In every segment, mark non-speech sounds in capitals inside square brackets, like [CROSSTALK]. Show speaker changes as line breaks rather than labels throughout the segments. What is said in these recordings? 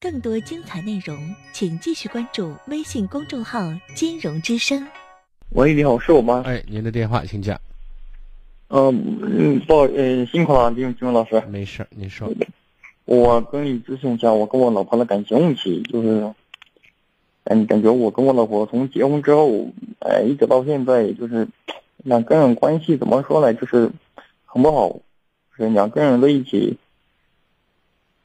更多精彩内容，请继续关注微信公众号“金融之声
喂，你好，是我吗？
哎，您的电话请讲，
嗯嗯，不好，嗯，辛苦了，金金文老师。
没事儿，您说。
嗯我跟你咨询一下，我跟我老婆的感情问题，就是，嗯，感觉我跟我老婆从结婚之后，哎，一直到现在，就是两个人关系怎么说呢，就是很不好，就是两个人在一起，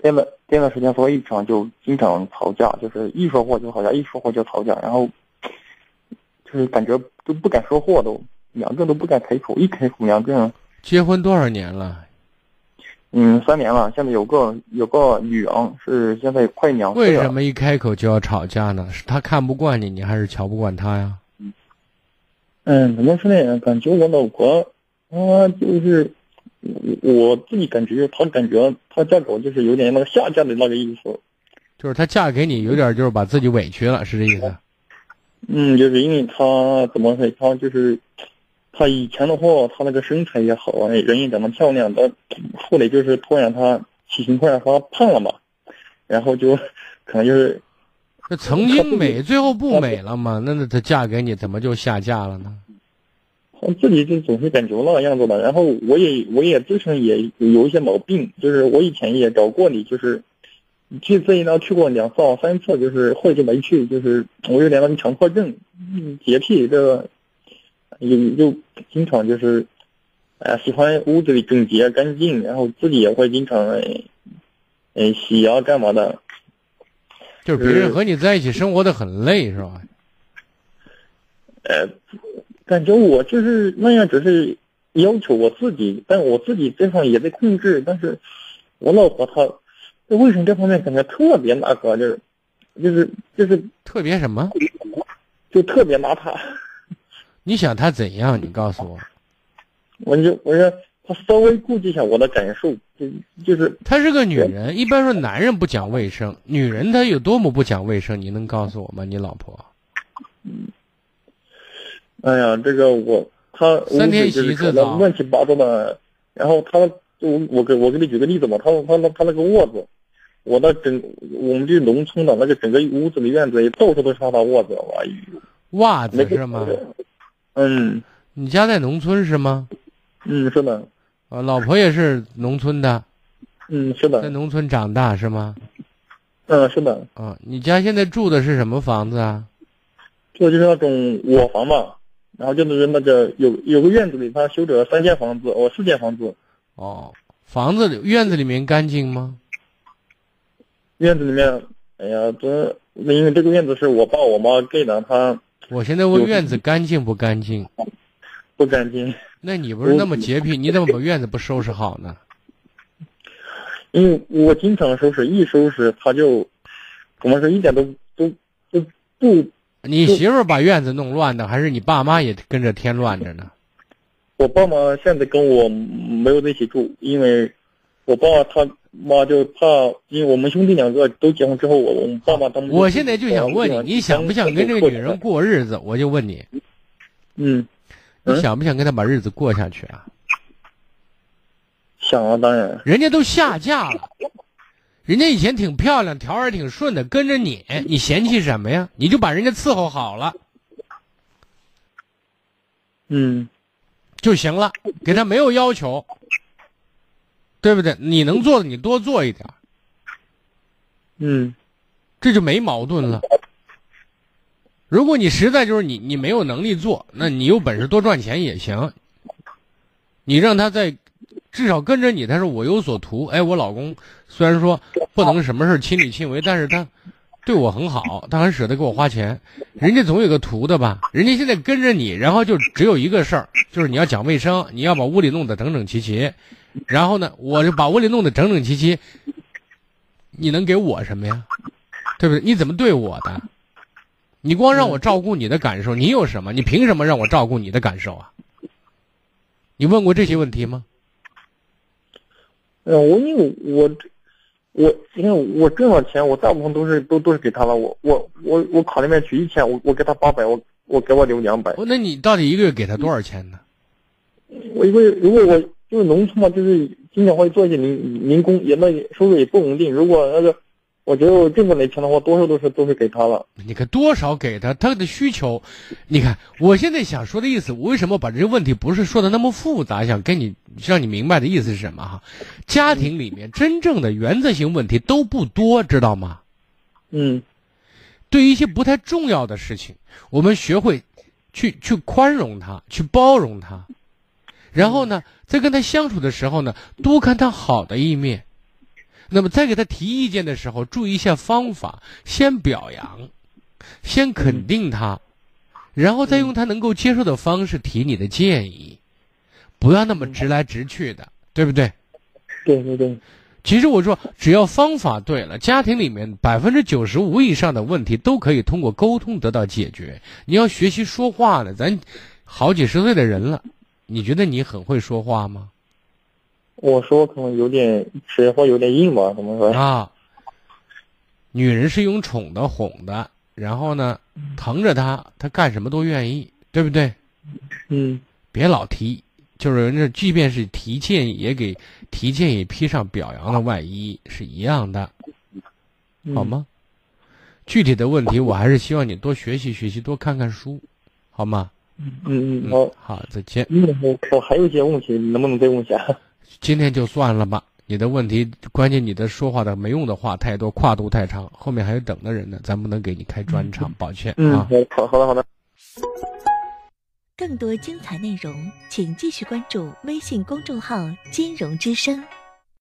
待了待了时间不一长，就经常吵架，就是一说话就吵架，一说话就吵架，然后就是感觉都不敢说话都，两个都不敢开口，一开口两个人
结婚多少年了？
嗯，三年了，现在有个有个女儿是现在快两岁
为
了。
什么一开口就要吵架呢？是他看不惯你，你还是瞧不惯他呀？
嗯，怎么说呢？感觉我老婆，她就是我我自己感觉，她感觉她嫁给我就是有点那个下嫁的那个意思。
就是她嫁给你，有点就是把自己委屈了，是这意思？
嗯，就是因为她怎么说？她就是她以前的话，她那个身材也好，哎人也长得漂亮，但后来就是突然她体型突然发胖了嘛，然后就 [LAUGHS] 可能就是
这曾经美，最后不美了吗？那那她嫁给你，怎么就下嫁了呢？
我自己就总是感觉那样子的，然后我也我也自身也有一些毛病，就是我以前也找过你，就是去这一呢去过两次啊三次，就是后来就没去，就是我有点那个强迫症、嗯洁癖，这个也就经常就是，哎、喜欢屋子里整洁干净，然后自己也会经常哎哎洗啊干嘛的，
就是别人和你在一起生活的很累，是吧？
呃，感觉我就是那样，只是要求我自己，但我自己这方面也在控制。但是，我老婆她，她为什么这方面感觉特别那个，就是，就是就是
特别什么？
就特别邋遢。
你想他怎样？你告诉我，
[LAUGHS] 我就我说她稍微顾及一下我的感受，就就是
她是个女人。一般说男人不讲卫生，女人她有多么不讲卫生？你能告诉我吗？你老婆
哎呀，这个我他
三天洗一次
可
澡
能乱七八糟的。然后他，我我给我给你举个例子吧，他他那他那个卧子，我那整我们这农村的那个整个屋子的院子里到处都是他的卧子，我
袜
那
子
个呃
是吗？？
嗯
你家在农村是吗？
嗯，是的，
啊，老婆也是农村的，
嗯是
在
的，
农村长大是吗？
嗯是的，
啊，你家现在住的是什么房子啊？
这就是那种我房嘛，然后就是那个有有个院子里他修着三间房子，哦四间房子，
哦，房子里院子里面干净吗？
院子里面，哎呀，这因为这个院子是我爸我妈给的，他
我现在问院子干净不干净？
不干净。
那你不是那么洁癖，你怎么把院子不收拾好呢？
因为我经常收拾，一收拾他就，怎么说一点都都都不，
你媳妇儿把院子弄乱的，还是你爸妈也跟着添乱着呢？
我爸妈现在跟我没有在一起住，因为我爸他妈就怕，因为我们兄弟两个都结婚之后，我我爸妈他们
我现在就想问你，你想不想跟这个女人？过日子？我就问你，
嗯，
你
嗯
想不想跟她把日子过下去啊？
想啊，当然，
人家都下嫁了，人家以前挺漂亮，条儿也挺顺的，跟着你，你嫌弃什么呀？你就把人家伺候好了
嗯
就行了，给她没有要求，对不对？你能做的你多做一点儿，
嗯
这就没矛盾了。如果你实在就是你你没有能力做，那你有本事多赚钱也行。你让他在至少跟着你，他说我有所图。哎，我老公虽然说不能什么事儿亲力亲为，但是他对我很好，他还舍得给我花钱。人家总有个图的吧？人家现在跟着你，然后就只有一个事儿，就是你要讲卫生，你要把屋里弄得整整齐齐。然后呢，我就把屋里弄得整整齐齐。你能给我什么呀？对不对？你怎么对我的？你光让我照顾你的感受，你有什么？你凭什么让我照顾你的感受啊？你问过这些问题吗？
嗯，我因为我我因为我挣了钱，我大部分都是都都是给他了，我我我我卡里面取一千，我我给他八百，我我给我留两百。
我那你到底一个月给他多少钱呢？
我因为如果我就是农村嘛，就是经常会做一些零零工，也那收入也不稳定。如果要是我觉得我挣不来钱的话，多少都是都是给他了。
你看多少给他他的需求，你看我现在想说的意思，我为什么把这个问题不是说的那么复杂，想跟你让你明白的意思是什么哈？家庭里面真正的原则性问题都不多，知道吗？
嗯
对于一些不太重要的事情，我们学会去去宽容他，去包容他，然后呢，在跟他相处的时候呢，多看他好的一面。那么在给他提意见的时候，注意一下方法，先表扬，先肯定他，然后再用他能够接受的方式提你的建议，不要那么直来直去的，对不对？
对对对，
其实我说，只要方法对了，家庭里面百分之九十五以上的问题都可以通过沟通得到解决。你要学习说话了，咱好几十岁的人了，你觉得你很会说话吗？
我说可能有点实话有点硬吧，怎么说？
啊，女人是用宠的、哄的，然后呢，疼着她，她干什么都愿意，对不对？
嗯
别老提，就是人家即便是提建议，也给提建议披上表扬的外衣，是一样的。
嗯
好吗？具体的问题，我还是希望你多学习学习，多看看书，好吗？
嗯嗯，
嗯
好，，
好，再见。
嗯，我我还有一些问题，能不能再问一下？
今天就算了吧。你的问题，关键你的说话的没用的话太多，跨度太长，后面还有等的人呢，咱不能给你开专场，抱歉
嗯，
啊
好。，好，好的，好的。
更多精彩内容，请继续关注微信公众号“金融之声”。